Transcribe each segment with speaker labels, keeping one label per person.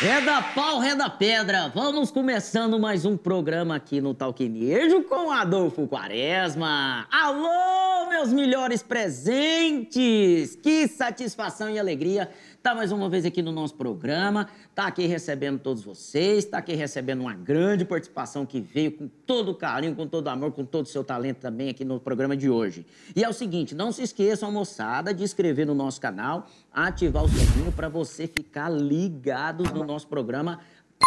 Speaker 1: É da pau, é da pedra. Vamos começando mais um programa aqui no Talquinejo com Adolfo Quaresma. Alô, meus melhores presentes! Que satisfação e alegria tá mais uma vez aqui no nosso programa. Tá aqui recebendo todos vocês, tá aqui recebendo uma grande participação que veio com todo carinho, com todo amor, com todo o seu talento também aqui no programa de hoje. E é o seguinte, não se esqueçam, moçada, de inscrever no nosso canal, ativar o sininho para você ficar ligado no nosso programa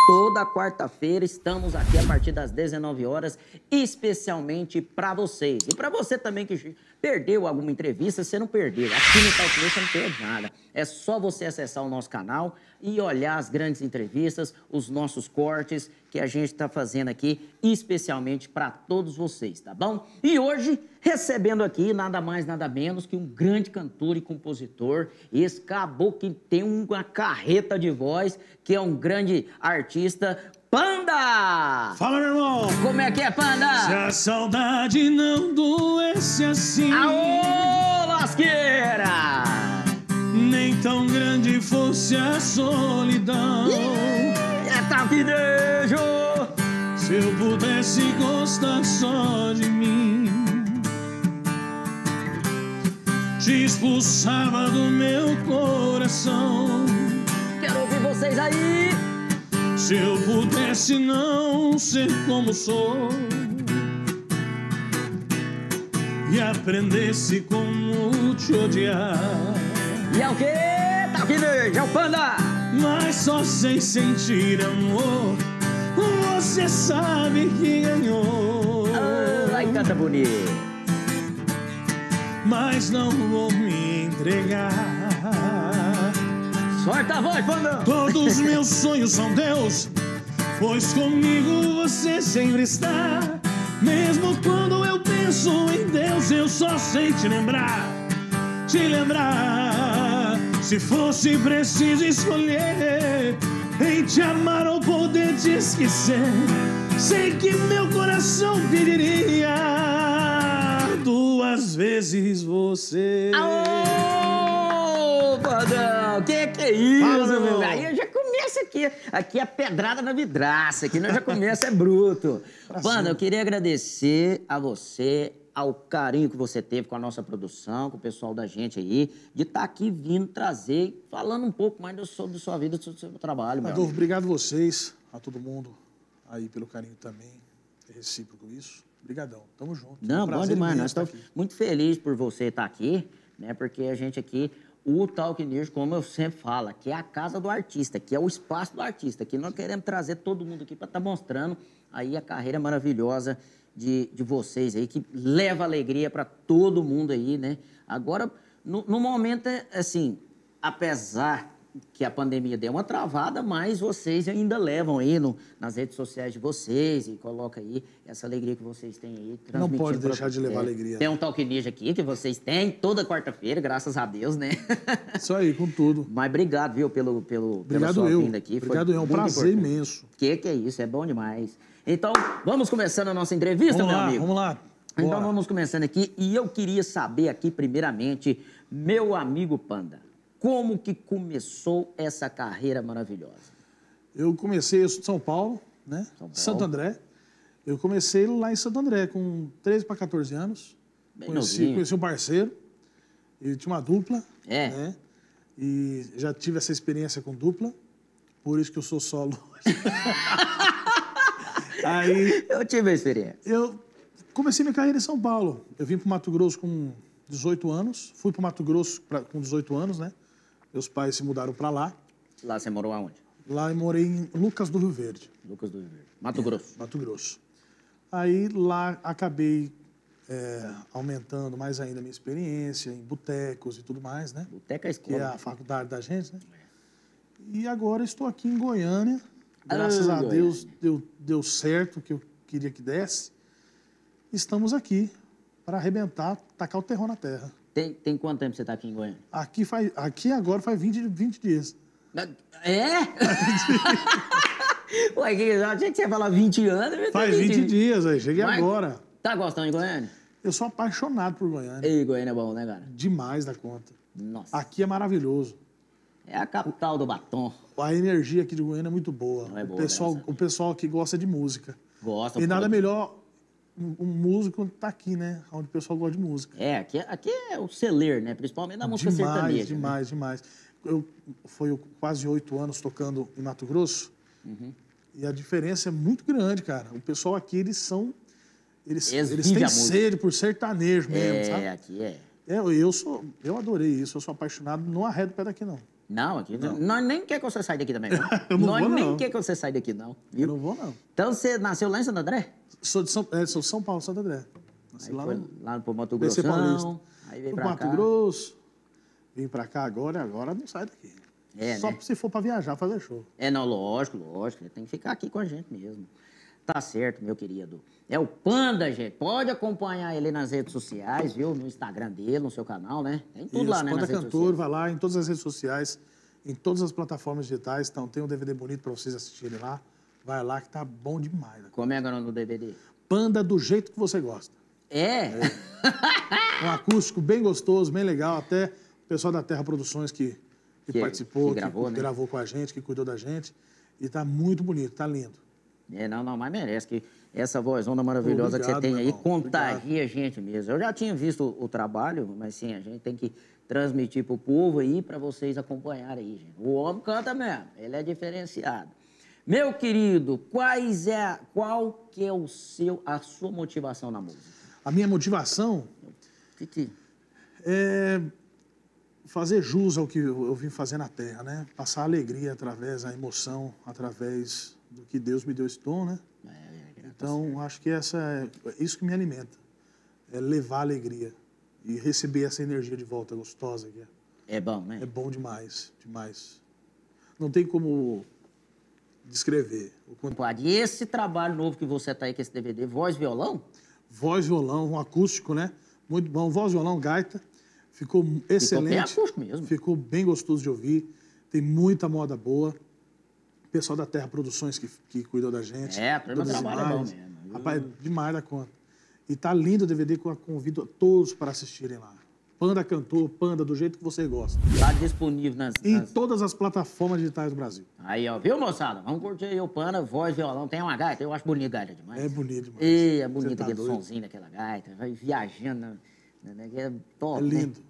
Speaker 1: Toda quarta-feira estamos aqui a partir das 19 horas, especialmente para vocês. E para você também que perdeu alguma entrevista, você não perdeu. Aqui no Talkinho você não perde nada. É só você acessar o nosso canal e olhar as grandes entrevistas, os nossos cortes que a gente está fazendo aqui, especialmente para todos vocês, tá bom? E hoje, recebendo aqui nada mais, nada menos que um grande cantor e compositor, esse caboclo que tem uma carreta de voz, que é um grande artista, Panda!
Speaker 2: Fala, meu irmão!
Speaker 1: Como é que é,
Speaker 2: Se
Speaker 1: Panda?
Speaker 2: a saudade não doesse assim,
Speaker 1: Aô, lasqueira!
Speaker 2: nem tão grande fosse a solidão.
Speaker 1: É talquinejo!
Speaker 2: Se eu pudesse gostar só de mim, te expulsava do meu coração.
Speaker 1: Quero ouvir vocês aí!
Speaker 2: Se eu pudesse não ser como sou e aprendesse como te odiar.
Speaker 1: E é o quê? Talquinejo, é o Panda!
Speaker 2: mas só sem sentir amor. Você sabe que ganhou,
Speaker 1: Ai, Ah, canta bonito!
Speaker 2: mas não vou me entregar.
Speaker 1: Sorta a voz, Panda!
Speaker 2: Todos meus sonhos são Deus, pois comigo você sempre está. Mesmo quando eu penso em Deus, eu só sei te lembrar, te lembrar. Se fosse preciso escolher em te amar ou poder te esquecer, sei que meu coração pediria duas vezes você.
Speaker 1: Aô, Badão! Que que é isso,
Speaker 2: Fala, meu
Speaker 1: meu?
Speaker 2: irmão.
Speaker 1: Aí eu já começo aqui. Aqui é pedrada na vidraça, aqui nós já começa, é bruto. Banda, eu queria agradecer a você, ao carinho que você teve com a nossa produção, com o pessoal da gente aí, de estar aqui vindo trazer, falando um pouco mais do- sobre sua vida, sobre o seu trabalho, meu.
Speaker 3: Adolfo, obrigado vocês, a todo mundo aí pelo carinho também. É recíproco isso. Obrigadão. Tamo junto. é
Speaker 1: Não, bom
Speaker 3: um Prazer
Speaker 1: demais.
Speaker 3: imenso
Speaker 1: Nós
Speaker 3: estar
Speaker 1: estamos muito felizes por você estar aqui, né? Porque a gente aqui, o Talk News, como eu sempre falo, aqui é a casa do artista, que é o espaço do artista, que nós queremos trazer todo mundo aqui para estar mostrando aí a carreira maravilhosa de, de vocês aí, que leva alegria para todo mundo aí, né? Agora, no, no momento, é assim, apesar que a pandemia deu uma travada, mas vocês ainda levam aí no- nas redes sociais de vocês e coloca aí essa alegria que vocês têm aí
Speaker 3: Não pode
Speaker 1: transmitindo pra-
Speaker 3: deixar de levar alegria. né?
Speaker 1: Tem um Talk Ninja aqui que vocês têm toda quarta-feira, graças a Deus, né?
Speaker 3: Isso aí, com tudo.
Speaker 1: Mas obrigado, viu, pelo, pelo, pela
Speaker 3: Obrigado
Speaker 1: sua
Speaker 3: eu.
Speaker 1: vinda aqui. Foi
Speaker 3: Obrigado eu. É um
Speaker 1: muito
Speaker 3: prazer
Speaker 1: importante.
Speaker 3: imenso.
Speaker 1: Que que é isso, é bom demais. Então, vamos começando a nossa entrevista,
Speaker 3: Vamos
Speaker 1: meu
Speaker 3: lá,
Speaker 1: amigo?
Speaker 3: vamos lá.
Speaker 1: Então,
Speaker 3: Bora.
Speaker 1: vamos começando aqui. E eu queria saber aqui, primeiramente, meu amigo Panda, como que começou essa carreira maravilhosa?
Speaker 3: Eu comecei, eu sou de São Paulo, né?
Speaker 1: Paulo.
Speaker 3: Santo André. Eu comecei lá em Santo André, com 13 para 14 anos.
Speaker 1: Bem
Speaker 3: Conheci,
Speaker 1: novinho.
Speaker 3: conheci um parceiro, e tinha uma dupla.
Speaker 1: É.
Speaker 3: Né? E já tive essa experiência com dupla, por isso que eu sou solo. Aí
Speaker 1: Eu tive a experiência.
Speaker 3: eu comecei minha carreira em São Paulo. Eu vim para Mato Grosso com 18 anos, fui para Mato Grosso pra- com 18 anos, né? Meus pais se mudaram para lá.
Speaker 1: Lá você morou aonde?
Speaker 3: Lá eu morei em Lucas do Rio Verde.
Speaker 1: Lucas do Rio Verde. Mato Grosso.
Speaker 3: Mato Grosso. Aí lá acabei é, aumentando mais ainda a minha experiência em botecos e tudo mais, né?
Speaker 1: Boteca
Speaker 3: Que é
Speaker 1: Escola.
Speaker 3: a faculdade da gente, né? E agora estou aqui em Goiânia. Graças
Speaker 1: Ah,
Speaker 3: a Deus deu, deu certo o que eu queria que desse. Estamos aqui para arrebentar, tacar o terror na terra.
Speaker 1: Tem, tem quanto tempo você tá aqui em Goiânia?
Speaker 3: Aqui, faz, aqui agora faz 20, 20 dias.
Speaker 1: É? Ué, que, eu achei que você ia falar 20 anos. mas
Speaker 3: Faz
Speaker 1: tem
Speaker 3: 20 dias aí, cheguei
Speaker 1: Mas-
Speaker 3: agora.
Speaker 1: Tá gostando de Goiânia?
Speaker 3: Eu sou apaixonado por Goiânia.
Speaker 1: Ei, Goiânia é bom, né, cara?
Speaker 3: Demais da conta.
Speaker 1: Nossa.
Speaker 3: Aqui é maravilhoso.
Speaker 1: É a capital do batom.
Speaker 3: A energia aqui de Goiânia é muito boa.
Speaker 1: Não é boa,
Speaker 3: o, pessoal,
Speaker 1: graças a
Speaker 3: o pessoal que gosta de música.
Speaker 1: Gosta.
Speaker 3: E
Speaker 1: pô.
Speaker 3: nada melhor um um músico tá aqui, né? Onde o pessoal gosta de música.
Speaker 1: É, aqui, aqui é o celeiro, né? Principalmente na música sertaneja. né?
Speaker 3: demais, demais, demais. Eu foi quase oito anos tocando em Mato Grosso.
Speaker 1: Uhum.
Speaker 3: E a diferença é muito grande, cara. O pessoal aqui, eles são. Eles,
Speaker 1: Eles
Speaker 3: eles
Speaker 1: vivem
Speaker 3: têm
Speaker 1: a música.
Speaker 3: sede por sertanejo mesmo,
Speaker 1: É,
Speaker 3: sabe?
Speaker 1: aqui é.
Speaker 3: É, eu, sou, eu adorei isso, eu sou apaixonado, não arredo o pé daqui, não.
Speaker 1: Não, aqui não. Nós nem quer que você saia daqui também. Não.
Speaker 3: Eu não
Speaker 1: Nós
Speaker 3: vou,
Speaker 1: nem
Speaker 3: não.
Speaker 1: quer que você saia daqui, não.
Speaker 3: Eu
Speaker 1: viu?
Speaker 3: não vou, não.
Speaker 1: Então você nasceu lá em Santo André?
Speaker 3: Sou de São, é, sou de São Paulo, Santo André. Nasci
Speaker 1: Aí
Speaker 3: lá
Speaker 1: foi
Speaker 3: no
Speaker 1: lá pro Mato
Speaker 3: Descer
Speaker 1: Grossão.
Speaker 3: Paulista.
Speaker 1: Aí veio
Speaker 3: pro
Speaker 1: pra
Speaker 3: Mato
Speaker 1: cá.
Speaker 3: Grosso. Vim pra cá agora e agora não sai daqui.
Speaker 1: É,
Speaker 3: Só
Speaker 1: né?
Speaker 3: se for pra viajar, fazer show.
Speaker 1: É, não, lógico, lógico. Tem que ficar aqui com a gente mesmo. Tá certo, meu querido. É o Panda, gente. Pode acompanhar ele nas redes sociais, viu? No Instagram dele, no seu canal, né? Tem tudo lá,
Speaker 3: Isso,
Speaker 1: né?
Speaker 3: Panda
Speaker 1: nas redes
Speaker 3: Cantor,
Speaker 1: sociais.
Speaker 3: vai lá em todas as redes sociais, em todas as plataformas digitais. Então, tem um DVD bonito pra vocês assistirem lá. Vai lá que tá bom demais.
Speaker 1: Como é que é o nome do DVD?
Speaker 3: Panda do jeito que você gosta.
Speaker 1: É?
Speaker 3: Um acústico bem gostoso, bem legal. Até o pessoal da Terra Produções que, que
Speaker 1: Que-
Speaker 3: participou,
Speaker 1: que
Speaker 3: que,
Speaker 1: gravou, né?
Speaker 3: gravou com a gente, que cuidou da gente. E tá muito bonito, tá lindo.
Speaker 1: É, não, não, mas merece que essa vozona maravilhosa que você
Speaker 3: Obrigado,
Speaker 1: tem
Speaker 3: meu
Speaker 1: aí
Speaker 3: irmão,
Speaker 1: contagia a gente mesmo. Eu já tinha visto o- o trabalho, mas sim, a gente tem que transmitir pro povo aí pra vocês acompanharem aí, gente. O homem canta mesmo, ele é diferenciado. Meu querido, quais é, a- qual que é o seu, a sua motivação na música?
Speaker 3: A minha motivação
Speaker 1: Que que-
Speaker 3: é fazer jus ao que eu, eu vim fazer na Terra, né? Passar a alegria através, a emoção através do que Deus me deu esse dom, né?
Speaker 1: é, é, é,
Speaker 3: Então, acho que essa é, é isso que me alimenta. É levar alegria e receber essa energia de volta gostosa. Que é,
Speaker 1: é bom, né?
Speaker 3: é bom demais, demais. Não tem como descrever. O quanto-
Speaker 1: Compadre, E esse trabalho novo que você tá aí com esse DVD, voz e violão?
Speaker 3: Voz, violão, um acústico, né? Muito bom. Voz, violão, gaita. Ficou
Speaker 1: bem
Speaker 3: excelente.
Speaker 1: acústico mesmo.
Speaker 3: Ficou bem gostoso de ouvir. Tem muita moda boa. Pessoal da Terra Produções que, que cuidou da gente.
Speaker 1: É, a turma
Speaker 3: todas as
Speaker 1: trabalha bom
Speaker 3: imagens.
Speaker 1: mesmo.
Speaker 3: Rapaz, demais da conta. E tá lindo o DVD que eu convido a todos para assistirem lá. Panda Cantor, Panda, do jeito que você gosta.
Speaker 1: Tá disponível nas-
Speaker 3: Em
Speaker 1: nas...
Speaker 3: todas as plataformas digitais do Brasil.
Speaker 1: Aí, ó, viu, moçada? Vamos curtir aí o Pana, voz, violão. Tem uma gaita, eu acho bonita a gaita demais.
Speaker 3: É bonito demais.
Speaker 1: Ei, é
Speaker 3: Você
Speaker 1: bonito
Speaker 3: tá
Speaker 1: aquele
Speaker 3: doido?
Speaker 1: sonzinho daquela gaita, vai viajando, né, né, que é top,
Speaker 3: É lindo.
Speaker 1: né?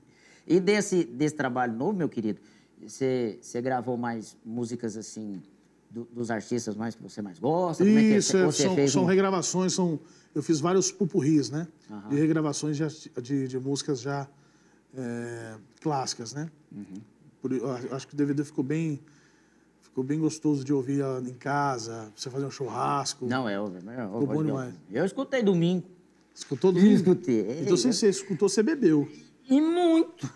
Speaker 1: E desse, desse trabalho novo, meu querido, você você gravou mais músicas, assim, do- dos artistas mais que você mais gosta? Como é que é?
Speaker 3: Isso, é,
Speaker 1: Ou você
Speaker 3: são,
Speaker 1: fez
Speaker 3: são
Speaker 1: um-
Speaker 3: regravações, são, eu fiz vários pupurris, né? De regravações de, arti- de, de músicas já é, clássicas, né?
Speaker 1: Uhum.
Speaker 3: Por- eu a- acho que o DVD ficou bem, ficou bem gostoso de ouvir ah, em casa, pra você fazer um churrasco.
Speaker 1: Não, é, óbvio, é, óbvio,
Speaker 3: bom
Speaker 1: óbvio.
Speaker 3: demais.
Speaker 1: Eu escutei domingo.
Speaker 3: Escutou tudo?
Speaker 1: Escutei.
Speaker 3: Então, se você escutou, você bebeu.
Speaker 1: E muito.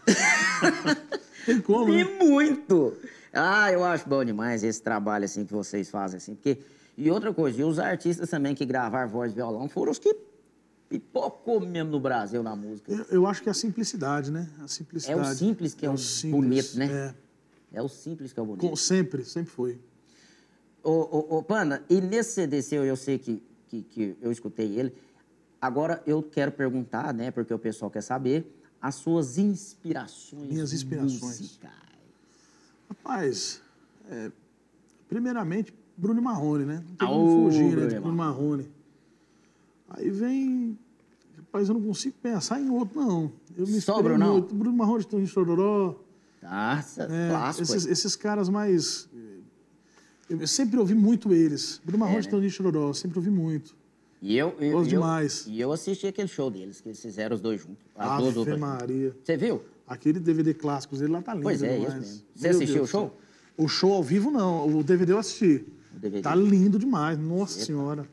Speaker 3: Tem como,
Speaker 1: E
Speaker 3: né?
Speaker 1: muito! Ah, eu acho bom demais esse trabalho assim que vocês fazem, assim, porque. E outra coisa, e os artistas também que gravaram voz e violão foram os que pipocou mesmo no Brasil na música.
Speaker 3: Eu, eu acho que é a simplicidade, né? A
Speaker 1: É
Speaker 3: simplicidade.
Speaker 1: o simples que é,
Speaker 3: É
Speaker 1: o
Speaker 3: o simples,
Speaker 1: bonito, né?
Speaker 3: é.
Speaker 1: É. o simples que é o bonito.
Speaker 3: Com- sempre, sempre foi.
Speaker 1: Ô, ô, ô, Panda, e nesse CD seu, eu sei que, que, que eu escutei ele. Agora eu quero perguntar, né, porque o pessoal quer saber, as suas inspirações.
Speaker 3: Minhas inspirações.
Speaker 1: musicais.
Speaker 3: Rapaz, é, primeiramente, Bruno Marrone, né? Não tem
Speaker 1: Aô,
Speaker 3: como fugir, né?
Speaker 1: Bruno
Speaker 3: De Bruno Marrone. Aí vem. Rapaz, eu não consigo pensar em outro, não. Eu me
Speaker 1: Só
Speaker 3: inspirei
Speaker 1: Brunão?
Speaker 3: muito. Bruno Marrone, Tony Chororó.
Speaker 1: Nossa,
Speaker 3: né?
Speaker 1: clássico. é.
Speaker 3: esses, esses caras mais. eh, Eu eu sempre ouvi muito eles. Bruno Marrone,
Speaker 1: né?
Speaker 3: Tony Chororó, eu sempre ouvi muito.
Speaker 1: E eu, eu,
Speaker 3: Gosto
Speaker 1: eu-
Speaker 3: demais.
Speaker 1: E eu assisti aquele show deles, que eles fizeram os dois juntos. As duas
Speaker 3: Ave
Speaker 1: Ah, outras.
Speaker 3: Maria.
Speaker 1: Você viu?
Speaker 3: Aquele DVD clássicos dele lá tá lindo.
Speaker 1: Pois é,
Speaker 3: demais.
Speaker 1: isso mesmo. Você
Speaker 3: Meu
Speaker 1: assistiu
Speaker 3: Deus
Speaker 1: o
Speaker 3: do
Speaker 1: show?
Speaker 3: céu. O show ao vivo, não. O DVD eu assisti.
Speaker 1: O DVD.
Speaker 3: Tá lindo demais. Nossa Senhora.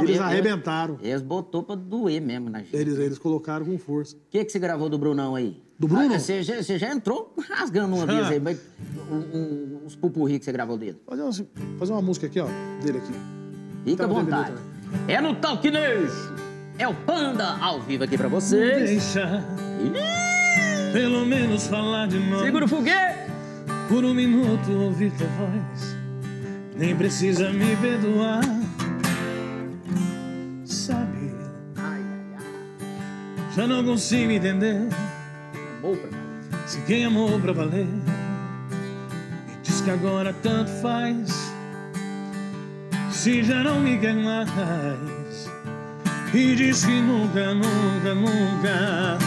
Speaker 3: eles
Speaker 1: eu- eu-
Speaker 3: arrebentaram.
Speaker 1: Eles botou pra doer mesmo na gente.
Speaker 3: Eles, eles colocaram com força.
Speaker 1: O que, que você gravou do Brunão aí?
Speaker 3: Do Bruno?
Speaker 1: Ah, Você já- você já entrou rasgando uma vez aí, mas um- um- uns pupurri que você gravou dele.
Speaker 3: Fazer uma, fazer uma música aqui, ó. Dele aqui.
Speaker 1: Fica à
Speaker 3: Tá no DVD
Speaker 1: vontade. É no Talquinejo. É o Panda ao vivo aqui pra vocês.
Speaker 2: Deixa
Speaker 1: Ih,
Speaker 2: pelo menos falar de nós.
Speaker 1: Segura o foguete.
Speaker 2: Por um minuto ouvi tua voz, nem precisa me perdoar. Sabe,
Speaker 1: Ai, ai, ai.
Speaker 2: já não consigo entender
Speaker 1: Amor pra nós.
Speaker 2: se quem amou pra valer que agora tanto faz se já não me quer mais e diz que nunca, nunca, nunca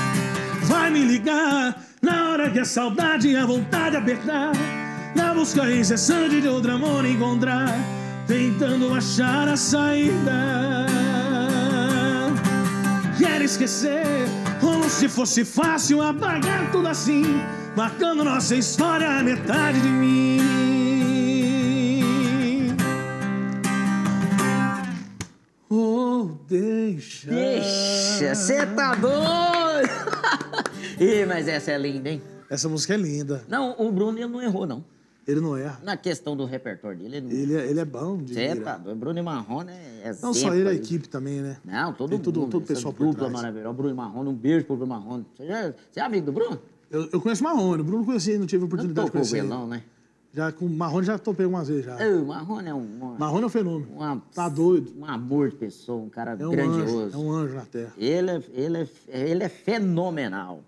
Speaker 2: vai me ligar na hora que a saudade e a vontade apertar na busca incessante de outro amor encontrar tentando achar a saída quer esquecer como se fosse fácil apagar tudo assim marcando nossa história a metade de mim Oh, deixa.
Speaker 1: Deixa, você tá doido! Ih, mas essa é linda, hein?
Speaker 3: Essa música é linda.
Speaker 1: Não, o Bruno ele não errou, não.
Speaker 3: Ele não erra.
Speaker 1: Na questão do repertório dele, ele não
Speaker 3: Ele é, ele é bom de
Speaker 1: Você
Speaker 3: virar.
Speaker 1: tá doido. Bruno e Marrone é, é
Speaker 3: Não só ele, a
Speaker 1: aí.
Speaker 3: equipe também, né?
Speaker 1: Não, todo
Speaker 3: Tem
Speaker 1: mundo.
Speaker 3: todo- todo o
Speaker 1: essa
Speaker 3: pessoal por
Speaker 1: dupla
Speaker 3: trás.
Speaker 1: maravilhosa. O Bruno e Marrone, um beijo pro Bruno Marrone. Você, já, você é amigo do Bruno?
Speaker 3: Eu, eu conheço Marrone, o Bruno conheci, ele, não tive
Speaker 1: Eu Não
Speaker 3: oportunidade de
Speaker 1: tocou o
Speaker 3: conhecer. ele.
Speaker 1: violão, né?
Speaker 3: Já com Marrone já topei algumas vezes já.
Speaker 1: Ei, O Marrone é um, uma-
Speaker 3: Marrone é um fenômeno.
Speaker 1: uma-
Speaker 3: Tá doido.
Speaker 1: um amor de pessoa, um cara
Speaker 3: É um anjo,
Speaker 1: grandioso.
Speaker 3: é um anjo na terra.
Speaker 1: Ele, é, ele, é, ele é fenomenal.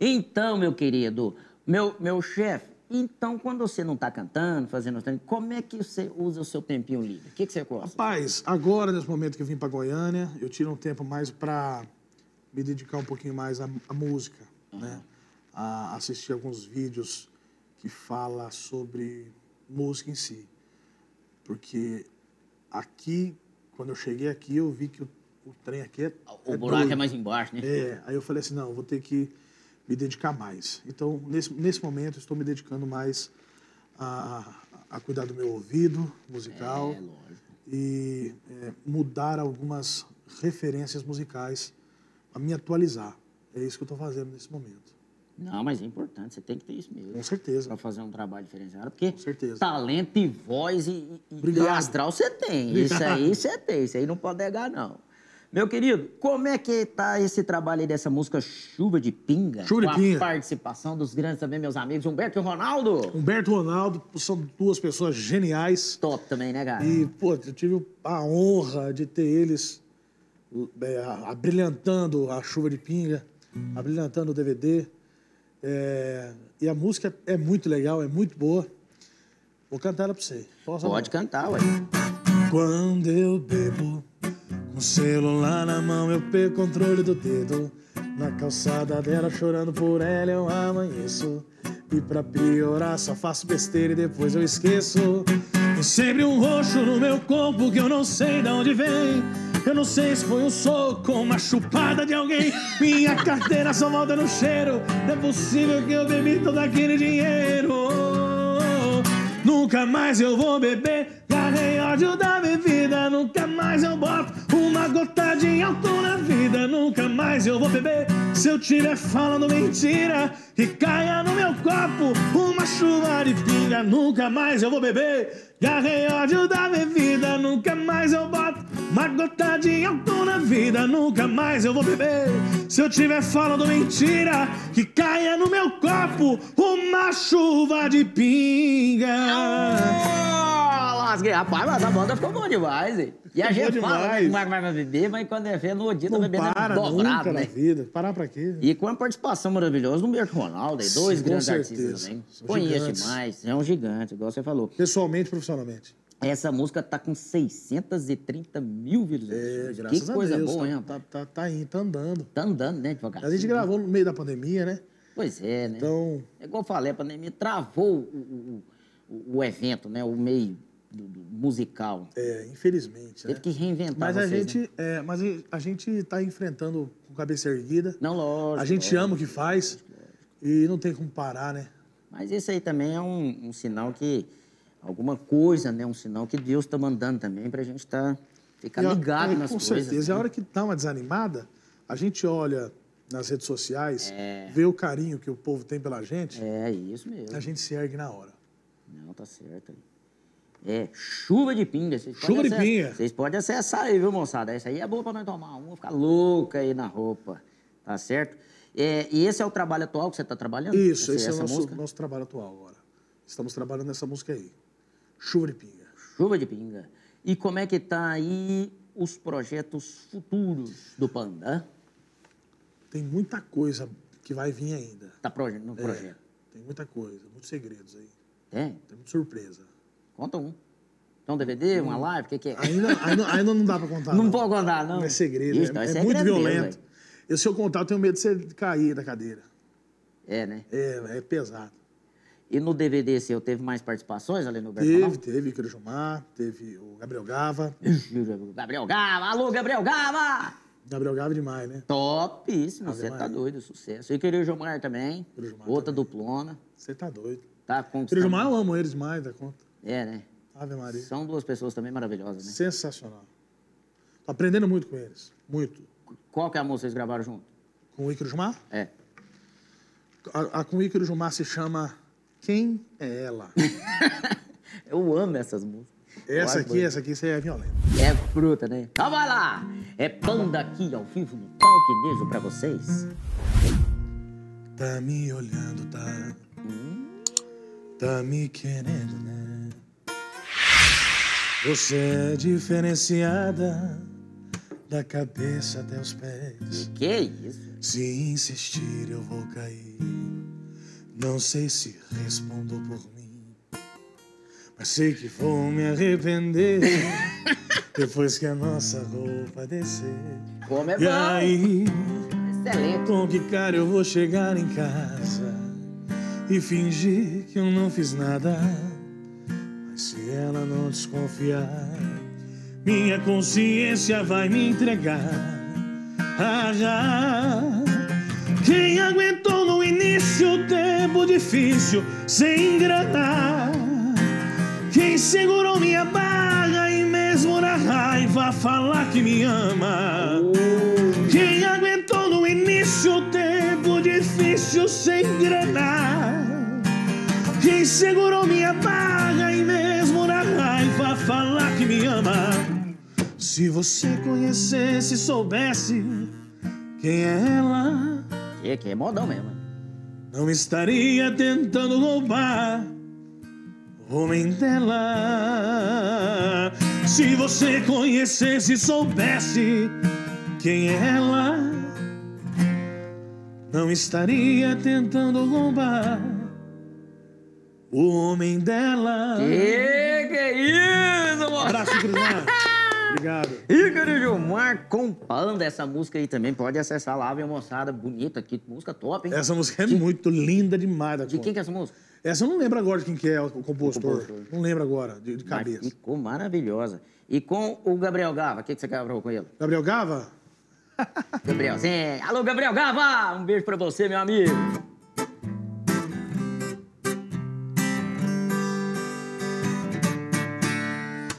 Speaker 1: Então, meu querido, meu, meu chefe, então quando você não tá cantando, fazendo os treinos, como é que você usa o seu tempinho livre? O que, que você gosta?
Speaker 3: Rapaz, agora, nesse momento que eu vim pra Goiânia, eu tiro um tempo mais pra me dedicar um pouquinho mais à, à música, né? A assistir alguns vídeos que fala sobre música em si. Porque aqui, quando eu cheguei aqui, eu vi que o, o trem aqui é
Speaker 1: O
Speaker 3: é
Speaker 1: buraco é
Speaker 3: doido.
Speaker 1: mais embaixo, né?
Speaker 3: É, aí eu falei assim, não, eu vou ter que me dedicar mais. Então, nesse, nesse momento, eu estou me dedicando mais a, a cuidar do meu ouvido musical
Speaker 1: É, lógico.
Speaker 3: e é, mudar algumas referências musicais para me atualizar. É isso que eu estou fazendo nesse momento.
Speaker 1: Não, mas é importante, você tem que ter isso mesmo.
Speaker 3: Com certeza.
Speaker 1: Pra fazer um trabalho diferenciado, porque
Speaker 3: Com certeza.
Speaker 1: talento e voz e, e-
Speaker 3: Obrigado.
Speaker 1: e astral você tem. Isso aí você tem, isso aí não pode negar, não. Meu querido, como é que tá esse trabalho aí dessa música Chuva de Pinga?
Speaker 3: Chuva de
Speaker 1: com
Speaker 3: Pinga.
Speaker 1: a participação dos grandes também, meus amigos, Humberto e Ronaldo.
Speaker 3: Humberto Ronaldo são duas pessoas geniais.
Speaker 1: Top também, né, cara?
Speaker 3: E, pô, eu tive a honra de ter eles é, abrilhantando a chuva de pinga, abrilhantando o DVD. É, e a música é muito legal, é muito boa. Vou cantar ela pra você. Posso
Speaker 1: Pode cantar, ué.
Speaker 3: Quando eu bebo, com o celular na mão, eu perco o controle do dedo. Na calçada dela, chorando por ela, eu amanheço. E pra piorar, só faço besteira e depois eu esqueço.
Speaker 2: Tem sempre um roxo no meu corpo que eu não sei de onde vem. Eu não sei se foi um soco ou uma chupada de alguém. Minha carteira só volta no cheiro. Não é possível que eu bebi todo aquele dinheiro. Nunca mais eu vou beber. Guardei ódio da bebida. Nunca mais eu boto uma gota de álcool na vida. Nunca mais eu vou beber. Se eu tiver falando mentira, que caia no meu copo uma chuva de pinga. Nunca mais eu vou beber. Guardei ódio da bebida. Nunca mais eu boto uma gota de álcool na vida. Nunca mais eu vou beber. Se eu tiver falando mentira, que caia no meu copo uma chuva de pinga.
Speaker 1: Ah, lasguei. Rapaz, mas a banda ficou boa demais, hein? E a gente
Speaker 3: Ficou
Speaker 1: fala, né,
Speaker 3: demais.
Speaker 1: que vai, vai, vai beber, mas quando é feio, no dia tá
Speaker 3: Não
Speaker 1: bebendo é
Speaker 3: para
Speaker 1: dobrado,
Speaker 3: nunca na
Speaker 1: né?
Speaker 3: vida. Parar pra quê?
Speaker 1: E com a participação maravilhosa do Humberto Ronaldo, aí, dois
Speaker 3: Com
Speaker 1: grandes artistas
Speaker 3: certeza.
Speaker 1: também.
Speaker 3: São
Speaker 1: Conheço
Speaker 3: gigantes.
Speaker 1: demais, é um gigante, igual você falou.
Speaker 3: Pessoalmente, profissionalmente.
Speaker 1: Essa música tá com 630 mil
Speaker 3: É,
Speaker 1: visualizações.
Speaker 3: graças
Speaker 1: que coisa
Speaker 3: a Deus.
Speaker 1: boa, hein?
Speaker 3: tá,
Speaker 1: rapaz?
Speaker 3: tá, tá, tá indo, tá andando.
Speaker 1: Tá andando, né, devagar.
Speaker 3: A gente gravou no meio da pandemia, né?
Speaker 1: Pois é, né?
Speaker 3: Então,
Speaker 1: É igual eu falei, a pandemia travou o, o, o- o evento, né? O meio do- do musical.
Speaker 3: é, infelizmente. né?
Speaker 1: Teve que reinventar
Speaker 3: Mas a
Speaker 1: vocês, né?
Speaker 3: gente, é, mas a gente tá enfrentando com cabeça erguida.
Speaker 1: Não, lógico.
Speaker 3: A gente ama o que faz e não tem como parar, né?
Speaker 1: Mas isso aí também é um, um sinal que. Alguma coisa, né? Um sinal que Deus tá mandando também pra gente tá, ficar
Speaker 3: E a-
Speaker 1: ligado
Speaker 3: é,
Speaker 1: nas
Speaker 3: com
Speaker 1: coisas.
Speaker 3: certeza. E
Speaker 1: né?
Speaker 3: a hora que dá uma desanimada, a gente olha nas redes sociais, vê o carinho que o povo tem pela gente,
Speaker 1: É isso mesmo.
Speaker 3: a gente se ergue na hora.
Speaker 1: Não, tá certo. aí. É, chuva de pinga. Vocês
Speaker 3: Chuva
Speaker 1: podem
Speaker 3: de
Speaker 1: acess-
Speaker 3: pinga.
Speaker 1: Vocês podem acessar aí, viu, moçada? Essa aí é boa pra nós tomar uma, ficar louca aí na roupa. Tá certo? É, e esse é o trabalho atual que você tá trabalhando?
Speaker 3: Isso,
Speaker 1: Essa-
Speaker 3: esse é o
Speaker 1: essa
Speaker 3: nosso,
Speaker 1: música?
Speaker 3: nosso trabalho atual agora. Estamos trabalhando nessa música aí. Chuva de pinga.
Speaker 1: Chuva de pinga. E como é que tá aí os projetos futuros do Panda?
Speaker 3: Tem muita coisa que vai vir ainda.
Speaker 1: Tá proje- no
Speaker 3: É,
Speaker 1: projeto.
Speaker 3: tem muita coisa, muitos segredos aí.
Speaker 1: Tem?
Speaker 3: Tem muita surpresa.
Speaker 1: Conta um. É um DVD,
Speaker 3: Uhum.
Speaker 1: uma live, o que, que é?
Speaker 3: Ainda, ainda, ainda não dá pra contar.
Speaker 1: Não pode contar, não.
Speaker 3: É segredo.
Speaker 1: Isso, não,
Speaker 3: é,
Speaker 1: é
Speaker 3: é
Speaker 1: segredo
Speaker 3: muito
Speaker 1: meu,
Speaker 3: violento.
Speaker 1: velho.
Speaker 3: eu, se eu contar, eu tenho medo de você cair da cadeira.
Speaker 1: É, né?
Speaker 3: É, é pesado.
Speaker 1: E no DVD seu, teve mais participações ali no
Speaker 3: Teve,
Speaker 1: Bertolão?
Speaker 3: teve o Crejumar, teve o Gabriel Gava.
Speaker 1: Gabriel Gava, alô, Gabriel Gava!
Speaker 3: Gabriel Gava demais, né?
Speaker 1: Topíssimo,
Speaker 3: Ave
Speaker 1: você tá
Speaker 3: Maria.
Speaker 1: doido, sucesso. E queria o Gilmar também,
Speaker 3: Gilmar
Speaker 1: outra duplona,
Speaker 3: Você tá doido.
Speaker 1: tá
Speaker 3: O Crejumar
Speaker 1: conquistando.
Speaker 3: eu amo ele demais, da conta.
Speaker 1: É, né?
Speaker 3: Ave Maria.
Speaker 1: São duas pessoas também maravilhosas, né?
Speaker 3: Sensacional. Tô aprendendo muito com eles. Muito.
Speaker 1: Qual que é a música que vocês gravaram junto?
Speaker 3: Com o Ícaro Gilmar?
Speaker 1: É.
Speaker 3: A, a com o Ícaro Gilmar se chama Quem é Ela?
Speaker 1: Eu amo essas músicas.
Speaker 3: Essa
Speaker 1: Eu
Speaker 3: aqui, essa aqui, você é violenta.
Speaker 1: É fruta, né? Então vai lá! É Panda aqui ao vivo no Talk Nejo pra vocês.
Speaker 3: Tá me olhando, tá? Tá me querendo, né? Você é diferenciada da cabeça até os pés.
Speaker 1: Que isso?
Speaker 3: Se insistir, eu vou cair. Não sei se respondo por mim, mas sei que vou me arrepender depois que a nossa roupa descer.
Speaker 1: Como é
Speaker 3: E
Speaker 1: bom!
Speaker 3: aí,
Speaker 1: Excelente.
Speaker 3: com que cara eu vou chegar em casa e fingir que eu não fiz nada? Mas se ela não desconfiar, minha consciência vai me entregar. Ah, já. Quem aguentou no início o tempo difícil sem engranar? Quem segurou minha barra e mesmo na raiva falar que me ama? Quem aguentou no início o tempo difícil sem grana? Quem segurou minha barra e mesmo na raiva falar que me ama? Se você conhecesse, soubesse quem é ela,
Speaker 1: Que, que é modão mesmo. hein?
Speaker 3: não estaria tentando roubar o homem dela. Se você conhecesse, soubesse quem é ela, não estaria tentando roubar o homem dela.
Speaker 1: Que que é isso, moço?
Speaker 3: Abraço, Crismar. Obrigado.
Speaker 1: Ícaro Gilmar com Panda, essa música aí também pode acessar lá, viu, moçada? Bonita aqui, música top, hein?
Speaker 3: Essa música é muito linda demais da
Speaker 1: De quem
Speaker 3: conta.
Speaker 1: que é essa música?
Speaker 3: Essa eu não lembro agora de quem que é o compositor.
Speaker 1: compositor.
Speaker 3: Não lembro agora, de, de
Speaker 1: Mas
Speaker 3: cabeça.
Speaker 1: ficou maravilhosa. E com o Gabriel Gava, o que, que você gravou com ele?
Speaker 3: Gabriel Gava?
Speaker 1: Gabrielzinho. Alô, Gabriel Gava! Um beijo pra você, meu amigo.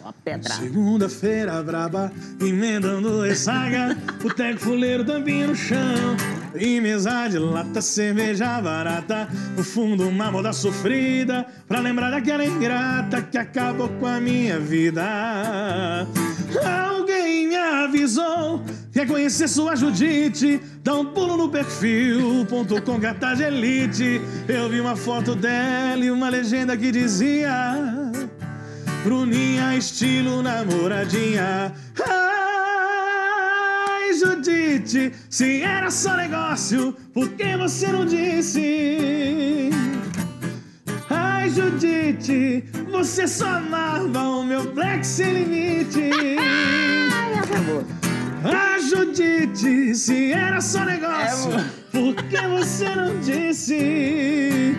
Speaker 1: Uma pedra.
Speaker 3: Segunda-feira braba, emendando ressaga. o teco fuleiro tampinha no chão. E mesa de lata, cerveja barata. No fundo, uma moda sofrida. Pra lembrar daquela ingrata que acabou com a minha vida. Alguém me avisou. Quer conhecer sua Judite? Dá um pulo no perfil.com gata de elite. Eu vi uma foto dela e uma legenda que dizia. Bruninha, estilo namoradinha. Ai, Judite, se era só negócio, por que você não disse? Ai, Judite, você só amava o meu black sem limite. Ai, Judite, se era só negócio,
Speaker 1: É, mo-
Speaker 3: por que você não disse?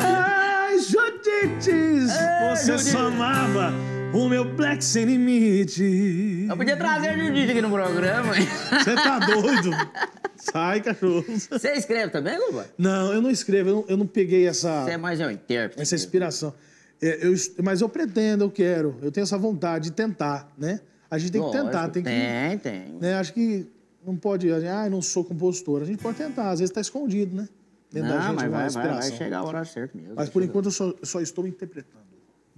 Speaker 3: Ai, Judite,
Speaker 1: Ei,
Speaker 3: você
Speaker 1: Judite.
Speaker 3: só amava o meu black sem limite.
Speaker 1: Eu podia trazer a Judite aqui no programa. hein?
Speaker 3: Você tá doido? Sai, cachorro.
Speaker 1: Você escreve também, Luba?
Speaker 3: Não, eu não escrevo, eu não, eu não peguei essa,
Speaker 1: Você é mais um intérprete.
Speaker 3: essa inspiração. É, eu es- mas eu pretendo, eu quero, eu tenho essa vontade de tentar, né? A gente tem que tentar,
Speaker 1: Lógico,
Speaker 3: tem que.
Speaker 1: Tem, tem.
Speaker 3: né, Acho que não pode. Ah, eu não sou compositor. A gente pode tentar, às vezes tá escondido, né? Dentro da
Speaker 1: Não,
Speaker 3: gente,
Speaker 1: mas vai,
Speaker 3: uma
Speaker 1: vai, vai
Speaker 3: inspiração.
Speaker 1: chegar a hora certa mesmo.
Speaker 3: Mas por
Speaker 1: Chega.
Speaker 3: enquanto eu só, só estou interpretando. É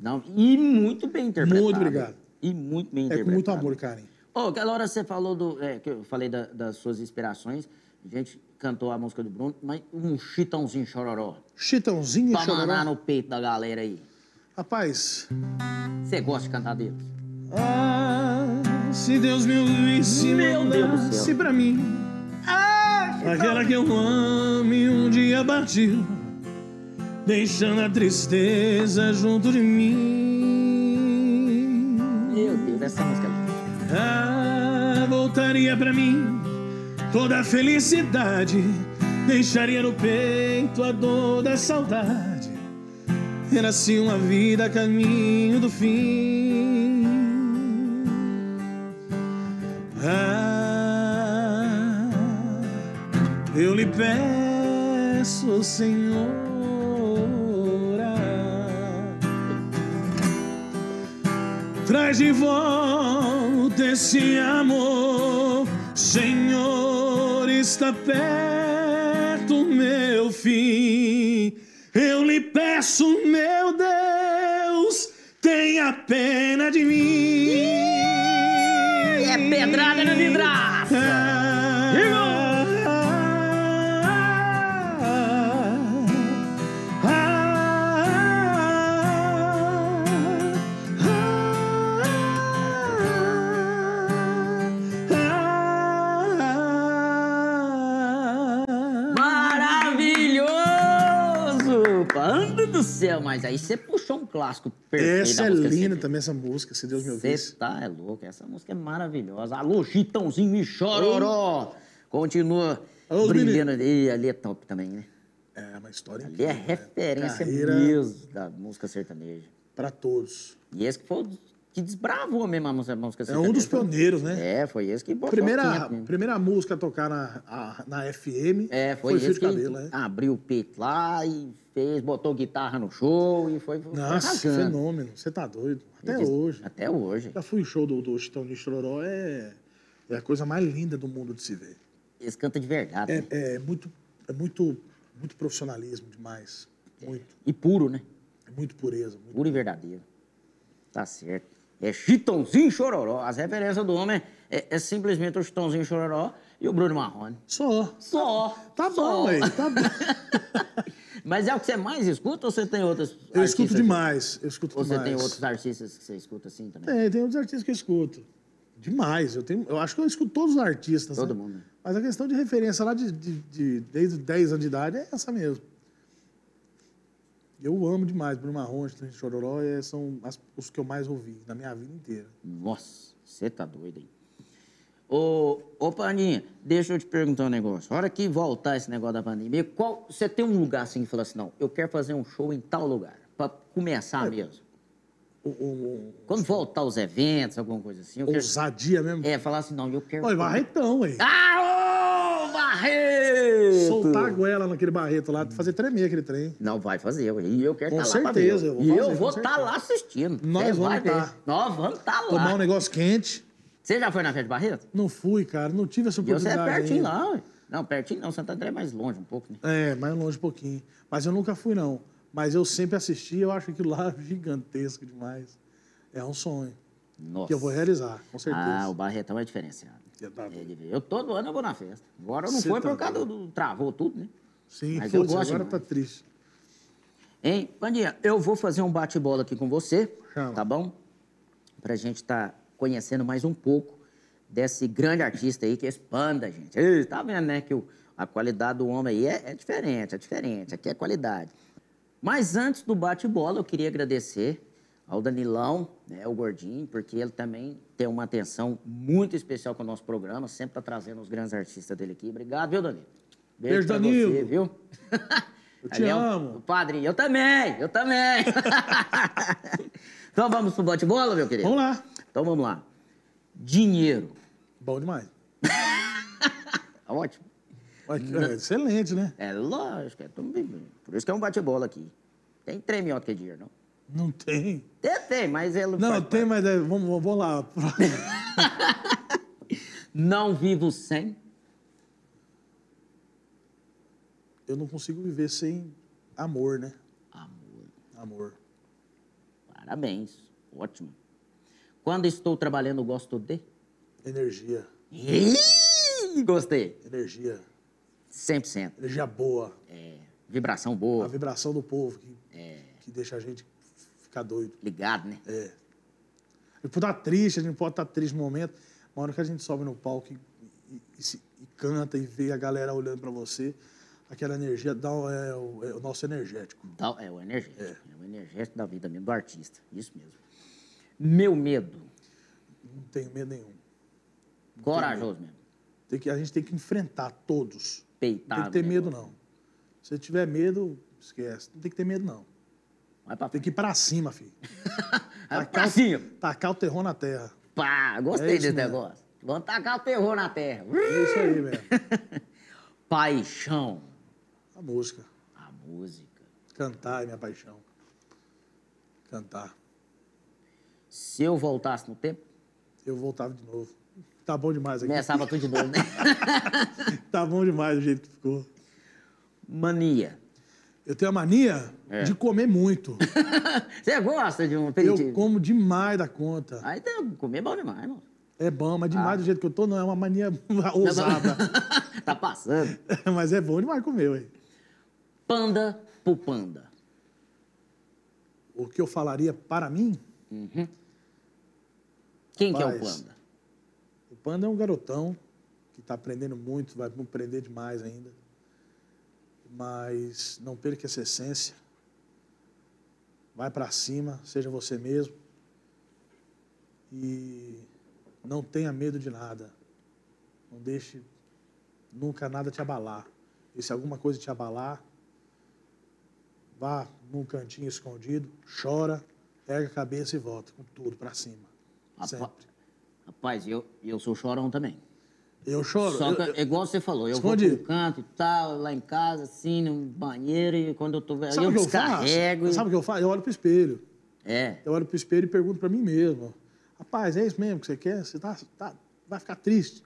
Speaker 1: Não, e muito bem interpretado.
Speaker 3: Muito obrigado.
Speaker 1: E muito bem
Speaker 3: É
Speaker 1: interpretado.
Speaker 3: com muito amor, Karen.
Speaker 1: Ô, aquela hora você falou do. é, que eu falei da- das suas inspirações. A gente cantou a música do Bruno, mas um chitãozinho chororó.
Speaker 3: Chitãozinho e
Speaker 1: Pra manar
Speaker 3: Um Chororó.
Speaker 1: no peito da galera aí.
Speaker 3: Rapaz,
Speaker 1: Você gosta de cantar deles?
Speaker 3: Ah, se Deus me ouvisse,
Speaker 1: Meu Deus do
Speaker 3: mandasse
Speaker 1: céu. Ah,
Speaker 3: pra mim. Aquela que eu amo e um dia partiu.
Speaker 2: deixando a tristeza junto de mim.
Speaker 1: Meu Deus, essa música é
Speaker 2: Ah, voltaria pra mim toda a felicidade, deixaria no peito a dor da saudade. Era assim uma vida a caminho do fim. Ah, eu lhe peço, Senhora, Traz de volta esse amor, Senhor, está perto o meu fim. Eu lhe peço, meu Deus, tenha pena de mim.
Speaker 1: É pedrada na vidraça! Maravilhoso! Panda do céu, mas aí você puxou um clássico perfeito.
Speaker 3: Essa
Speaker 1: da
Speaker 3: é
Speaker 1: música
Speaker 3: linda
Speaker 1: sertaneja.
Speaker 3: também, essa música, se Deus me
Speaker 1: Você
Speaker 3: ouvisse.
Speaker 1: tá é louco, essa música é maravilhosa. Alô, Chitãozinho e Chororó! Continua
Speaker 3: Alô, os
Speaker 1: brilhando ali, ali é top também, né?
Speaker 3: É uma história
Speaker 1: Ali é
Speaker 3: incrível, né?
Speaker 1: referência
Speaker 3: Carreira
Speaker 1: mesmo da música sertaneja.
Speaker 3: pra todos.
Speaker 1: E esse que foi o que desbravou mesmo a música, a música
Speaker 3: É
Speaker 1: sertaneja.
Speaker 3: um dos pioneiros, né?
Speaker 1: É, foi esse que botou né?
Speaker 3: Primeira,
Speaker 1: quinhentos mesmo.
Speaker 3: primeira música a tocar na, a- na FM
Speaker 1: É, foi,
Speaker 3: Fio
Speaker 1: esse
Speaker 3: de
Speaker 1: que
Speaker 3: Cabelo, é.
Speaker 1: abriu o peito lá e fez, botou guitarra no show e foi, foi
Speaker 3: Nossa,
Speaker 1: tá arrasando.
Speaker 3: fenômeno. Você tá doido. Até
Speaker 1: Eles-
Speaker 3: hoje.
Speaker 1: Até hoje.
Speaker 3: Já fui em show do, do Chitão de Chororó, é, é a coisa mais linda do mundo de se ver.
Speaker 1: Eles cantam de verdade. né?
Speaker 3: É, é muito, é muito, muito profissionalismo demais.
Speaker 1: É.
Speaker 3: Muito,
Speaker 1: E puro, né?
Speaker 3: é muito pureza. muito-
Speaker 1: Puro e verdadeiro. Tá certo. É Chitãozinho e Chororó. As referências do homem é, é simplesmente o Chitãozinho e Chororó e o Bruno Marrone.
Speaker 3: Só.
Speaker 1: Só.
Speaker 3: Tá bom, aí, tá bom.
Speaker 1: Mas é o que você mais escuta ou você tem outras
Speaker 3: Eu escuto demais, eu escuto
Speaker 1: Ou você
Speaker 3: demais.
Speaker 1: tem outros artistas que você escuta assim também?
Speaker 3: É, Tem, tem outros artistas que eu escuto. Demais. Eu, tenho, eu acho que eu escuto todos os artistas.
Speaker 1: Todo
Speaker 3: né?
Speaker 1: mundo, né?
Speaker 3: Mas a questão de referência lá de, de- de- desde os 10 anos de idade é essa mesmo. Eu amo demais Bruno Marrone, Chitão de Chororó, é, são as- os que eu mais ouvi na minha vida inteira.
Speaker 1: Nossa, você tá doido, hein? Ô, ô, Paninha, deixa eu te perguntar um negócio. A hora que voltar esse negócio da pandemia, qual, você tem um lugar assim que fala assim, não, eu quero fazer um show em tal lugar, pra
Speaker 3: É,
Speaker 1: começar mesmo?
Speaker 3: O- o-
Speaker 1: Quando voltar os eventos, alguma coisa assim, eu
Speaker 3: o-
Speaker 1: quero...
Speaker 3: ousadia mesmo.
Speaker 1: É, falar assim, não, eu quero...
Speaker 3: Olha, barretão, ué.
Speaker 1: Ah, ô, Barreto!
Speaker 3: Soltar a goela naquele barreto lá, fazer tremer aquele trem.
Speaker 1: Não, vai fazer, ué, e eu quero
Speaker 3: Com
Speaker 1: estar lá pra ver.
Speaker 3: certeza, eu vou
Speaker 1: E
Speaker 3: fazer,
Speaker 1: eu
Speaker 3: com
Speaker 1: vou estar
Speaker 3: certeza.
Speaker 1: lá assistindo.
Speaker 3: Nós
Speaker 1: Cê
Speaker 3: vamos
Speaker 1: vai ver.
Speaker 3: tá.
Speaker 1: Nós vamos estar lá.
Speaker 3: Tomar um negócio quente.
Speaker 1: Você já foi na festa de Barreto?
Speaker 3: Não fui, cara, não tive essa
Speaker 1: E você é
Speaker 3: oportunidade.
Speaker 1: pertinho
Speaker 3: ainda.
Speaker 1: lá, ué. Não, pertinho não, Santo André é mais longe um pouco, né?
Speaker 3: É, mais longe um pouquinho. Mas eu nunca fui, não. Mas eu sempre assisti, eu acho aquilo lá gigantesco demais. É um sonho
Speaker 1: Nossa.
Speaker 3: que eu vou realizar, com certeza.
Speaker 1: Ah, o Barretão é diferenciado.
Speaker 3: Você tá doido.
Speaker 1: Ele- Eu todo ano eu vou na festa. Agora eu não
Speaker 3: Cê
Speaker 1: fui
Speaker 3: tá
Speaker 1: por causa do, do- Travou tudo, né?
Speaker 3: Sim,
Speaker 1: Mas eu
Speaker 3: putz,
Speaker 1: gosto
Speaker 3: agora tá
Speaker 1: demais.
Speaker 3: triste.
Speaker 1: Hein, Pandinha, eu vou fazer um bate-bola aqui com você,
Speaker 3: Chama.
Speaker 1: tá bom? Pra gente estar conhecendo mais um pouco desse grande artista aí que expanda, gente. Ei, tá vendo, né, que o- a qualidade do homem aí é, é diferente, é diferente. Aqui é qualidade. Mas antes do bate-bola, eu queria agradecer ao Danilão, né, o Gordinho, porque ele também tem uma atenção muito especial com o nosso programa, sempre tá trazendo os grandes artistas dele aqui. Obrigado, viu, Danilo?
Speaker 3: Beijo,
Speaker 1: pra
Speaker 3: Danilo.
Speaker 1: você, viu?
Speaker 3: Eu te
Speaker 1: Alião,
Speaker 3: amo.
Speaker 1: o Padre, eu também, eu também. então vamos pro bate-bola, meu querido?
Speaker 3: Vamos lá.
Speaker 1: Então vamos lá. Dinheiro. Tá
Speaker 3: Bom demais.
Speaker 1: Ótimo.
Speaker 3: Olha que- é, excelente, né?
Speaker 1: É lógico, é tudo bem. Por isso que é um bate-bola aqui. Tem três melhor que dinheiro, não?
Speaker 3: Não tem.
Speaker 1: Tem, tem, mas ele
Speaker 3: Não,
Speaker 1: faz
Speaker 3: tem,
Speaker 1: parte.
Speaker 3: mas é, vamos, vamos lá.
Speaker 1: Não vivo sem.
Speaker 3: Eu não consigo viver sem amor, né?
Speaker 1: Amor.
Speaker 3: Amor.
Speaker 1: Parabéns. Ótimo. Quando estou trabalhando, gosto de.
Speaker 3: Energia.
Speaker 1: Ih, Gostei.
Speaker 3: Energia.
Speaker 1: 100%.
Speaker 3: Energia boa.
Speaker 1: É, vibração
Speaker 3: A
Speaker 1: boa.
Speaker 3: vibração do povo que, que deixa a gente ficar doido.
Speaker 1: Ligado, né?
Speaker 3: É. Ele pode estar triste, a gente pode estar triste no momento. Uma hora que a gente sobe no palco e, e- e se- e canta e vê a galera olhando pra você, aquela energia, dá o- é, o, é o nosso energético.
Speaker 1: Tal- é o energético. É. o energético da vida mesmo, do artista. Isso mesmo. Meu medo.
Speaker 3: Não tenho medo nenhum.
Speaker 1: Corajoso mesmo.
Speaker 3: Tem que, a gente tem que enfrentar todos. Não
Speaker 1: Peitado.
Speaker 3: tem que ter
Speaker 1: o
Speaker 3: medo,
Speaker 1: negócio.
Speaker 3: não. Se tiver medo, esquece. Não tem que ter medo, não.
Speaker 1: Vai pra
Speaker 3: Tem
Speaker 1: frente.
Speaker 3: que ir pra cima, filho.
Speaker 1: Vai pra cima.
Speaker 3: Tacar o terror na terra.
Speaker 1: Pá,
Speaker 3: É
Speaker 1: gostei
Speaker 3: isso
Speaker 1: desse
Speaker 3: mesmo.
Speaker 1: negócio. Vamos tacar o terror na terra.
Speaker 3: É isso aí, velho.
Speaker 1: Paixão.
Speaker 3: A música.
Speaker 1: A música.
Speaker 3: Cantar é minha paixão. Cantar.
Speaker 1: Se eu voltasse no tempo,
Speaker 3: Eu voltava de novo. Tá bom demais aqui.
Speaker 1: começava tudo de novo, né?
Speaker 3: Tá bom demais do jeito que ficou.
Speaker 1: Mania.
Speaker 3: Eu tenho a mania
Speaker 1: É.
Speaker 3: de comer muito.
Speaker 1: Você gosta de um
Speaker 3: Eu
Speaker 1: aperitivo?
Speaker 3: como demais da conta.
Speaker 1: Aí tem- comer é bom demais, mano.
Speaker 3: É bom, mas demais do jeito que eu tô, não. É uma mania ousada.
Speaker 1: tá passando.
Speaker 3: mas é bom demais comer, ué.
Speaker 1: Panda pro panda.
Speaker 3: O que eu falaria para mim?
Speaker 1: Quem que é o
Speaker 3: Rapaz.
Speaker 1: panda?
Speaker 3: O Panda é um garotão que tá aprendendo muito, vai aprender demais ainda. Mas não perca essa essência. Vai para cima, seja você mesmo. E não tenha medo de nada. Não deixe nunca nada te abalar. E se alguma coisa te abalar, vá num cantinho escondido, chora, pega a cabeça e volta com tudo para cima.
Speaker 1: Rapa-
Speaker 3: Sempre.
Speaker 1: Rapaz, eu, eu sou chorão também.
Speaker 3: Eu choro.
Speaker 1: Só
Speaker 3: eu-
Speaker 1: que,
Speaker 3: eu-
Speaker 1: igual você falou, eu
Speaker 3: Esconde.
Speaker 1: vou pro canto e tal, lá em casa, assim, no banheiro, e quando eu tô velho,
Speaker 3: Sabe
Speaker 1: eu
Speaker 3: o que eu
Speaker 1: descarrego.
Speaker 3: faço?
Speaker 1: e-
Speaker 3: Sabe o que eu faço? Eu olho pro espelho.
Speaker 1: É.
Speaker 3: Eu olho pro espelho e pergunto pra mim mesmo. Rapaz, é isso mesmo que você quer? Você tá, tá- vai ficar triste?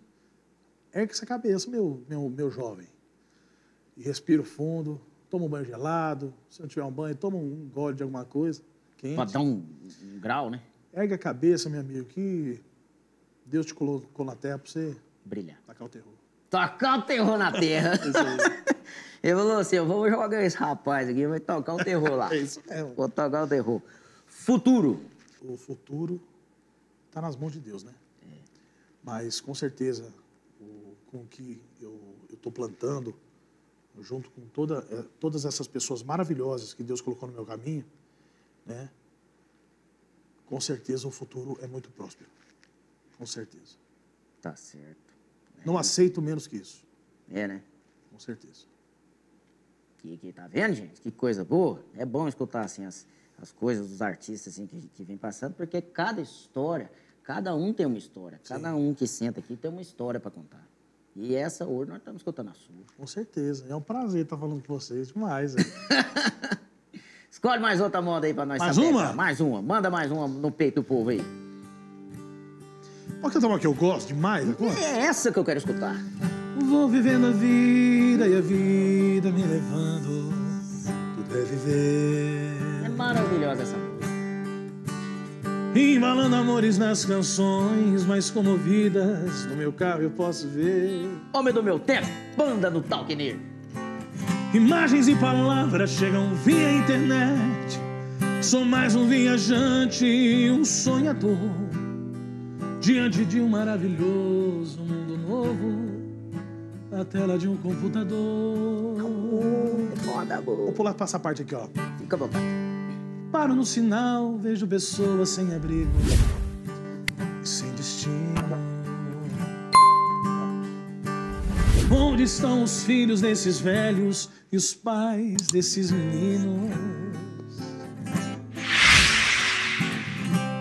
Speaker 3: Ergue essa cabeça, meu, meu, meu jovem. E respiro fundo, tomo um banho gelado. Se não tiver um banho, toma um gole de alguma coisa
Speaker 1: Pra
Speaker 3: quente.
Speaker 1: dar um, um grau, né?
Speaker 3: Ergue a cabeça, meu amigo, que Deus te colocou na terra pra você
Speaker 1: Brilhar.
Speaker 3: tacar o terror.
Speaker 1: Tocar o terror na terra. Ele falou assim: eu vou jogar esse rapaz aqui, vai tocar o terror lá.
Speaker 3: É isso mesmo.
Speaker 1: Vou tocar o terror. Futuro.
Speaker 3: o futuro está nas mãos de Deus, né? Mas com certeza, o- com o que eu estou plantando, junto com toda, eh, todas essas pessoas maravilhosas que Deus colocou no meu caminho, né? Com certeza o futuro é muito próspero. Com certeza.
Speaker 1: Tá certo.
Speaker 3: Não aceito menos que isso.
Speaker 1: É, né?
Speaker 3: Com certeza.
Speaker 1: Que, que tá vendo, gente? Que coisa boa. É bom escutar assim as, as coisas dos artistas assim que, que vem passando, porque cada história, cada um tem uma história, cada um que senta aqui tem uma história para contar. E essa hoje nós estamos escutando a sua.
Speaker 3: Com certeza. É um prazer estar falando com vocês demais. é.
Speaker 1: Escolhe mais outra moda aí pra nós
Speaker 3: Mais
Speaker 1: saber,
Speaker 3: uma?
Speaker 1: cara. Mais uma. Manda mais uma no peito do povo aí.
Speaker 3: Pode cantar uma que eu gosto demais agora?
Speaker 1: É essa que eu quero escutar.
Speaker 3: Vou vivendo a vida e a vida me levando. Tudo é
Speaker 1: É
Speaker 3: viver.
Speaker 1: maravilhosa essa música.
Speaker 3: Embalando amores nas canções mais comovidas. No meu carro eu posso ver.
Speaker 1: Homem do meu tempo, banda do Talk Nerd.
Speaker 3: Imagens e palavras chegam via internet. Sou mais um viajante, um sonhador. Diante de um maravilhoso mundo novo. Na tela de um computador.
Speaker 1: Foda,
Speaker 3: Vou
Speaker 1: boa.
Speaker 3: pular pra essa parte aqui, ó.
Speaker 1: Fica à vontade.
Speaker 3: Paro no sinal, vejo pessoas sem abrigo e sem destino. Onde estão os filhos desses velhos e os pais desses meninos?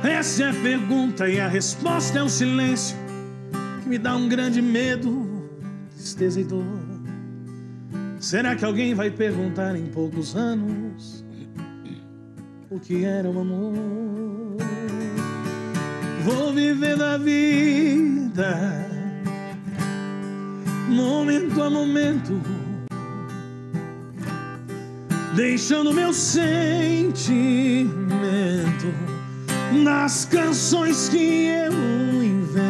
Speaker 3: Essa é a pergunta e a resposta é o silêncio que me dá um grande medo, tristeza e dor. Será que alguém vai perguntar em poucos anos? o que era o amor. Vou viver da vida, momento a momento, deixando meu sentimento nas canções que eu invento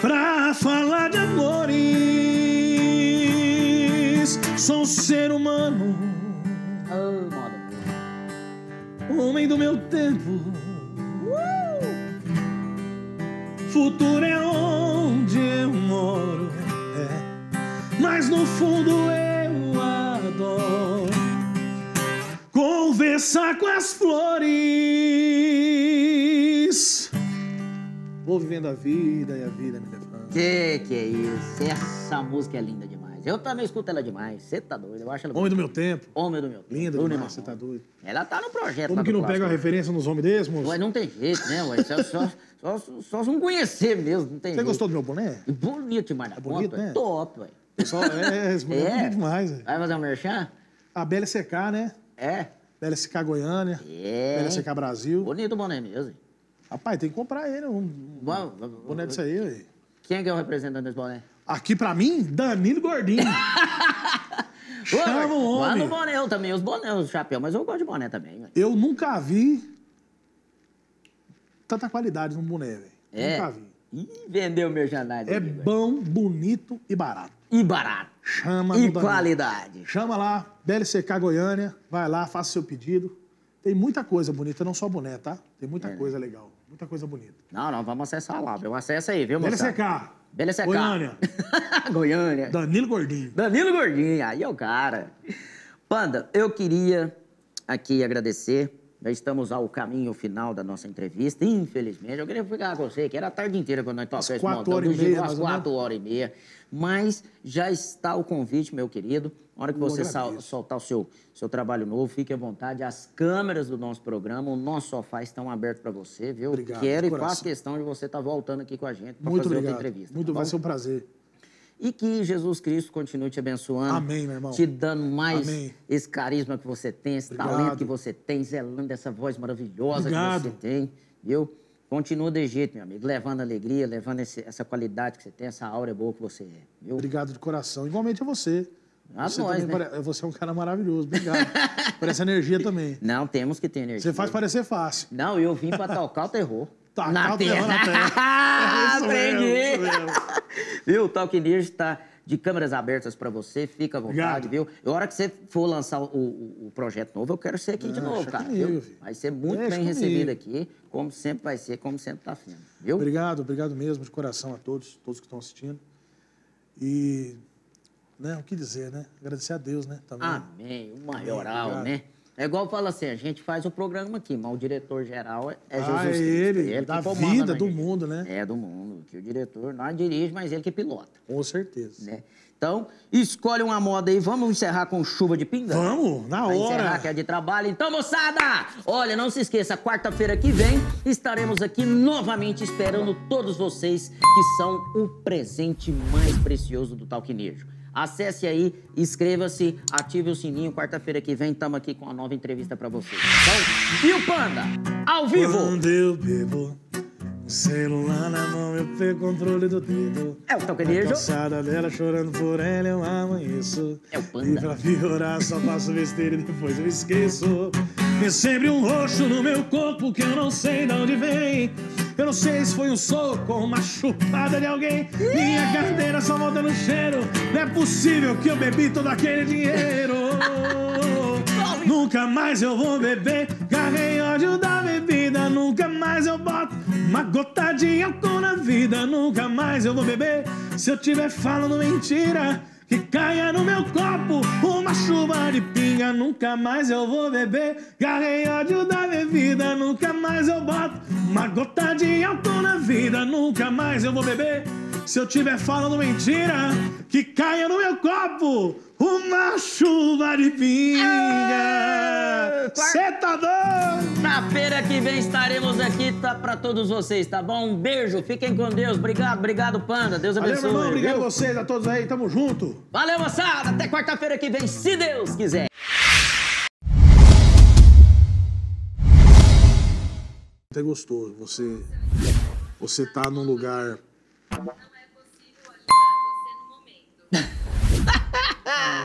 Speaker 3: pra falar de amores. Sou um ser humano.
Speaker 1: Ô, Ah, moda boa.
Speaker 3: Um Homem do meu tempo. Uh! Futuro é onde eu moro. É. Mas no fundo eu.
Speaker 2: começar com as flores.
Speaker 3: Vou vivendo a vida e a vida me levando.
Speaker 1: Que que é isso? Essa música é linda demais. Eu também escuto ela demais. Você tá doido? Eu acho ela
Speaker 3: Homem do
Speaker 1: bonita.
Speaker 3: meu tempo.
Speaker 1: Homem do meu tempo.
Speaker 3: Linda
Speaker 1: Bruno
Speaker 3: demais, você
Speaker 1: Marrone.
Speaker 3: tá doido.
Speaker 1: Ela tá no projeto. lá
Speaker 3: Como
Speaker 1: do
Speaker 3: que não
Speaker 1: Clássico.
Speaker 3: pega a referência nos homens desses, moço?
Speaker 1: Ué, não tem jeito, né, ué? Só, só, só, só se não conhecer mesmo, não tem
Speaker 3: Você
Speaker 1: jeito.
Speaker 3: gostou do meu boné?
Speaker 1: Bonito demais da
Speaker 3: É bonito,
Speaker 1: conta, ué.
Speaker 3: né?
Speaker 1: Top, ué.
Speaker 3: Pessoal, é, esse boné é, bonito demais. velho.
Speaker 1: Vai fazer um merchan?
Speaker 3: A BLCK, né?
Speaker 1: É.
Speaker 3: BLCK Goiânia,
Speaker 1: É.
Speaker 3: BLCK Brasil.
Speaker 1: Bonito o boné mesmo. hein?
Speaker 3: Rapaz, tem que comprar ele, um
Speaker 1: Bom, bom,
Speaker 3: boné disso aí. velho.
Speaker 1: Quem é que é o representante desse boné?
Speaker 3: Aqui pra mim, Danilo Gordinho. Chama
Speaker 1: Ué,
Speaker 3: o homem.
Speaker 1: Lá no boné eu também, os bonés, os chapéus, mas eu gosto de boné também, ué.
Speaker 3: Eu nunca vi tanta qualidade num boné, velho.
Speaker 1: É.
Speaker 3: Nunca vi.
Speaker 1: Ih, vendeu o merchandising.
Speaker 3: É
Speaker 1: aqui, ué.
Speaker 3: bom, bonito e barato.
Speaker 1: E barato.
Speaker 3: Chama
Speaker 1: E
Speaker 3: no Danilo.
Speaker 1: qualidade.
Speaker 3: Chama lá, BLCK Goiânia, vai lá, faça seu pedido. Tem muita coisa bonita, não só boné, tá?
Speaker 1: É,
Speaker 3: Tem muita
Speaker 1: né?
Speaker 3: coisa legal, muita coisa bonita.
Speaker 1: Não, não, vamos acessar lá, viu? Acessa aí, viu, moçada?
Speaker 3: BLCK,
Speaker 1: BLCK.
Speaker 3: é Goiânia,
Speaker 1: Goiânia.
Speaker 3: Danilo Gordinho.
Speaker 1: Danilo Gordinho, aí é o cara. Panda, eu queria aqui agradecer. Nós estamos ao caminho final da nossa entrevista. Infelizmente, eu queria ficar com você, que era a tarde inteira quando nós tocamos esse
Speaker 3: quatro
Speaker 1: montão,
Speaker 3: horas e
Speaker 1: do Gil
Speaker 3: meia,
Speaker 1: às
Speaker 3: mais ou
Speaker 1: quatro horas e meia. Mas já está o convite, meu querido. Na hora que você sal-
Speaker 3: agradeço.
Speaker 1: soltar o seu, seu trabalho novo, fique à vontade. As câmeras do nosso programa, o nosso sofá estão abertos para você, viu?
Speaker 3: Obrigado,
Speaker 1: Quero
Speaker 3: de
Speaker 1: e faço
Speaker 3: coração.
Speaker 1: questão de você estar voltando aqui com a gente para fazer
Speaker 3: Muito
Speaker 1: outra
Speaker 3: obrigado.
Speaker 1: entrevista.
Speaker 3: Muito,
Speaker 1: tá
Speaker 3: vai
Speaker 1: bom?
Speaker 3: ser um prazer.
Speaker 1: E que Jesus Cristo continue te abençoando.
Speaker 3: Amém, meu irmão.
Speaker 1: Te dando mais
Speaker 3: Amém.
Speaker 1: esse carisma que você tem, esse
Speaker 3: Obrigado.
Speaker 1: talento que você tem, zelando essa voz maravilhosa
Speaker 3: Obrigado.
Speaker 1: que você tem. Viu? Continua de jeito, meu amigo, levando alegria, levando esse- essa qualidade que você tem, essa aura boa que você é. Viu?
Speaker 3: Obrigado de coração. Igualmente a você.
Speaker 1: A
Speaker 3: você,
Speaker 1: nós,
Speaker 3: também
Speaker 1: né?
Speaker 3: pare- você é um cara maravilhoso, obrigado. por essa energia também.
Speaker 1: Não, temos que ter energia.
Speaker 3: Você faz parecer fácil.
Speaker 1: Não, eu vim pra tocar o terror.
Speaker 3: Tacar o terror na terra. É
Speaker 1: Ah,
Speaker 3: isso
Speaker 1: Aprendi!
Speaker 3: mesmo, isso mesmo.
Speaker 1: Viu? O Talk News está de câmeras abertas para você, fica à vontade, viu?
Speaker 3: Obrigado.
Speaker 1: E a hora que você for lançar o, o- o projeto novo, eu quero ser aqui de
Speaker 3: Não,
Speaker 1: novo,
Speaker 3: deixa
Speaker 1: cara.
Speaker 3: comigo,
Speaker 1: viu?
Speaker 3: filho.
Speaker 1: Vai ser muito
Speaker 3: Deixa
Speaker 1: bem
Speaker 3: comigo.
Speaker 1: recebido aqui, como sempre vai ser, como sempre tá sendo, viu?
Speaker 3: Obrigado, obrigado mesmo de coração a todos, todos que estão assistindo. E, né, o que dizer, né? Agradecer a Deus, né, também.
Speaker 1: Ah, Amém, o maioral,
Speaker 3: Obrigado.
Speaker 1: né? É igual fala assim, a gente faz o programa aqui, mas o diretor-geral é é Jesus
Speaker 3: Ah, é
Speaker 1: Cristo.
Speaker 3: ele,
Speaker 1: que
Speaker 3: da
Speaker 1: comanda,
Speaker 3: vida,
Speaker 1: né,
Speaker 3: do
Speaker 1: gente?
Speaker 3: mundo, né?
Speaker 1: É, do mundo, que o diretor não dirige, mas ele que pilota,
Speaker 3: Com certeza.
Speaker 1: né? Então, escolhe uma moda aí, vamos encerrar com chuva de pinga?
Speaker 3: Vamos, na
Speaker 1: Pra encerrar
Speaker 3: hora.
Speaker 1: que é de trabalho. Então, moçada, olha, não se esqueça, quarta-feira que vem estaremos aqui novamente esperando todos vocês que são o presente mais precioso do Talquinejo. Acesse aí, inscreva-se, ative o sininho. Quarta-feira que vem estamos aqui com uma nova entrevista pra vocês. Então, e o Panda, ao vivo.
Speaker 3: Quando eu bebo, o celular na mão, eu pego controle do dedo.
Speaker 1: É o Talquinejo.
Speaker 3: Tá Cansada dela chorando por ela, eu amanheço.
Speaker 1: É o Panda.
Speaker 3: E pra piorar, só faço besteira e depois eu esqueço. Tem sempre um roxo no meu corpo que eu não sei de onde vem. Eu não sei se foi um soco ou uma chupada de alguém. Minha carteira só volta no cheiro. Não é possível que eu bebi todo aquele dinheiro. Nunca mais eu vou beber. Carrei ódio da bebida. Nunca mais eu boto uma gota de álcool na vida. Nunca mais eu vou beber. Se eu tiver falando mentira, que caia no meu copo uma chuva de pinga. Nunca mais eu vou beber. Carrei ódio da bebida. Nunca mais eu boto uma gota de álcool na vida. Nunca mais eu vou beber. Se eu tiver falando mentira, que caia no meu copo uma chuva de pinga.
Speaker 1: Quarta-
Speaker 3: Cê tá doido?
Speaker 1: Quarta-feira que vem estaremos aqui tá, pra todos vocês, tá bom? Um beijo, fiquem com Deus. Obrigado, obrigado, Panda. Deus
Speaker 3: Valeu,
Speaker 1: abençoe.
Speaker 3: meu irmão. Obrigado a
Speaker 1: viu?
Speaker 3: vocês, a todos aí. Tamo junto.
Speaker 1: Valeu, moçada! Até quarta-feira que vem, se Deus quiser!
Speaker 3: Até gostou. Você, você tá num lugar